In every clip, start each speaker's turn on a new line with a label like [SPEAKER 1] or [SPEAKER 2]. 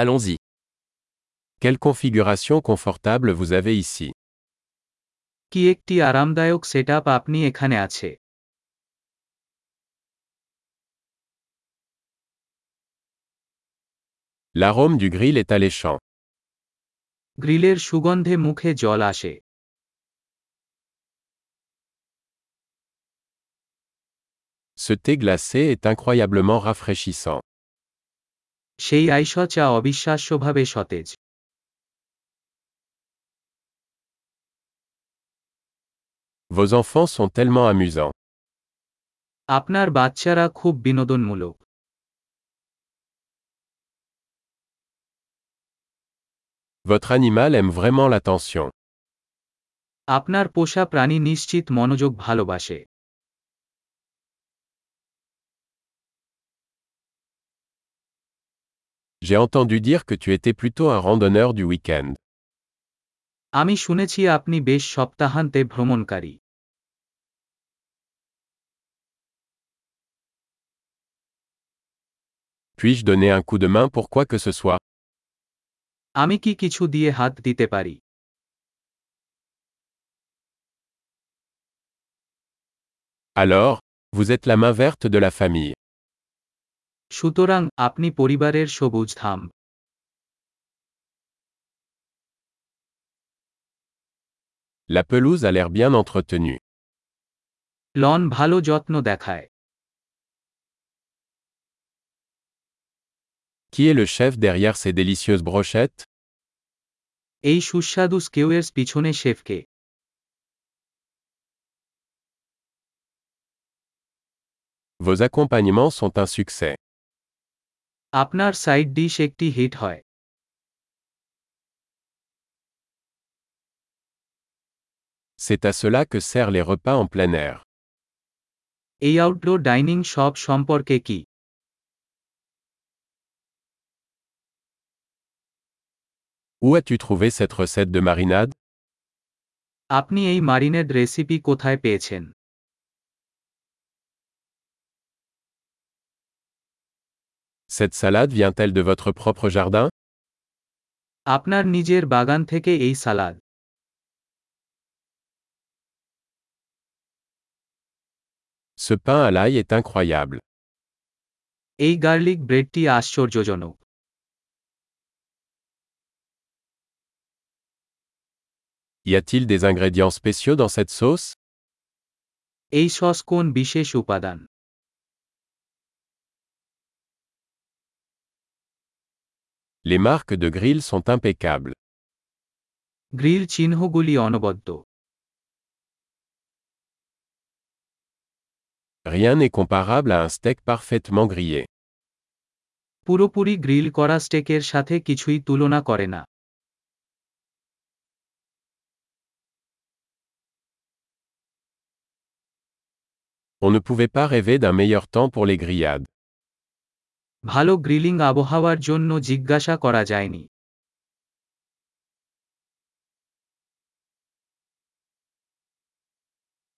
[SPEAKER 1] Allons-y.
[SPEAKER 2] Quelle configuration confortable vous avez ici.
[SPEAKER 3] কি একটি আরামদায়ক সেটআপ আপনি এখানে আছে
[SPEAKER 2] L'arôme du grill est alléchant.
[SPEAKER 3] গ্রিলের সুগন্ধে মুখে জল আসে
[SPEAKER 2] Ce thé glacé est incroyablement rafraîchissant.
[SPEAKER 3] সেই আইস চা অবিশ্বাস্যভাবে সতেজ
[SPEAKER 2] Vos enfants sont tellement amusants.
[SPEAKER 3] আপনার বাচ্চারা খুব বিনোদনমূলক
[SPEAKER 2] Votre animal aime vraiment l'attention.
[SPEAKER 3] আপনার পোষা প্রাণী নিশ্চিত মনোযোগ ভালোবাসে
[SPEAKER 2] J'ai entendu dire que tu étais plutôt un randonneur du week-end.
[SPEAKER 3] আমি শুনেছি আপনি বেশ সপ্তাহান্তে ভ্রমণকারী
[SPEAKER 2] Puis-je donner un coup de main pour quoi que ce soit
[SPEAKER 3] আমি কি কিছু দিয়ে হাত দিতে পারি
[SPEAKER 2] Alors, vous êtes la main verte de la famille.
[SPEAKER 3] সুতরাং আপনি পরিবারের সবুজ ধাম
[SPEAKER 2] La pelouse a l'air bien entretenue.
[SPEAKER 3] লন ভালো যত্ন দেখায়
[SPEAKER 2] Qui est le chef derrière ces délicieuses brochettes
[SPEAKER 3] এই সুস্বাদু স্কেওয়েরস পিছনে শেফকে
[SPEAKER 2] Vos accompagnements sont un succès.
[SPEAKER 3] আপনার সাইড ডিশ একটি হিট হয়
[SPEAKER 2] C'est à cela que servent les repas en plein air.
[SPEAKER 3] এই আউটডোর ডাইনিং শপ সম্পর্কে কি
[SPEAKER 2] Où as-tu trouvé cette recette de marinade
[SPEAKER 3] আপনি এই মারিনেড রেসিপি কোথায় পেয়েছেন
[SPEAKER 2] Cette salade vient-elle de votre propre jardin
[SPEAKER 3] আপনার নিজের বাগান থেকে এই সালাদ
[SPEAKER 2] Ce pain à l'ail est incroyable.
[SPEAKER 3] এই গার্লিক ব্রেডটি আশ্চর্যজনক
[SPEAKER 2] Y a-t-il des ingrédients spéciaux dans cette sauce
[SPEAKER 3] এই সস কোন বিশেষ উপাদান
[SPEAKER 2] Les marques de grill sont impeccables.
[SPEAKER 3] গ্রিল চিহ্নগুলি অনবদ্য
[SPEAKER 2] Rien n'est comparable à un steak parfaitement grillé.
[SPEAKER 3] পুরোপুরি গ্রিল করা স্টেকের সাথে কিছুই তুলনা করে না
[SPEAKER 2] On ne pouvait pas rêver d'un meilleur temps pour les grillades.
[SPEAKER 3] ভালো গ্রিলিং আবহাওয়ার জন্য জিজ্ঞাসা করা যায়নি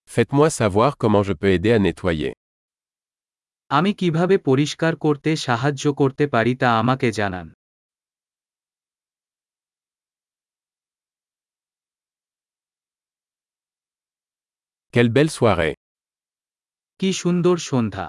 [SPEAKER 2] Faites-moi savoir comment je peux aider à nettoyer.
[SPEAKER 3] আমি কিভাবে পরিষ্কার করতে সাহায্য করতে পারি তা আমাকে জানান
[SPEAKER 2] Quelle belle soirée
[SPEAKER 3] কি সুন্দর সন্ধ্যা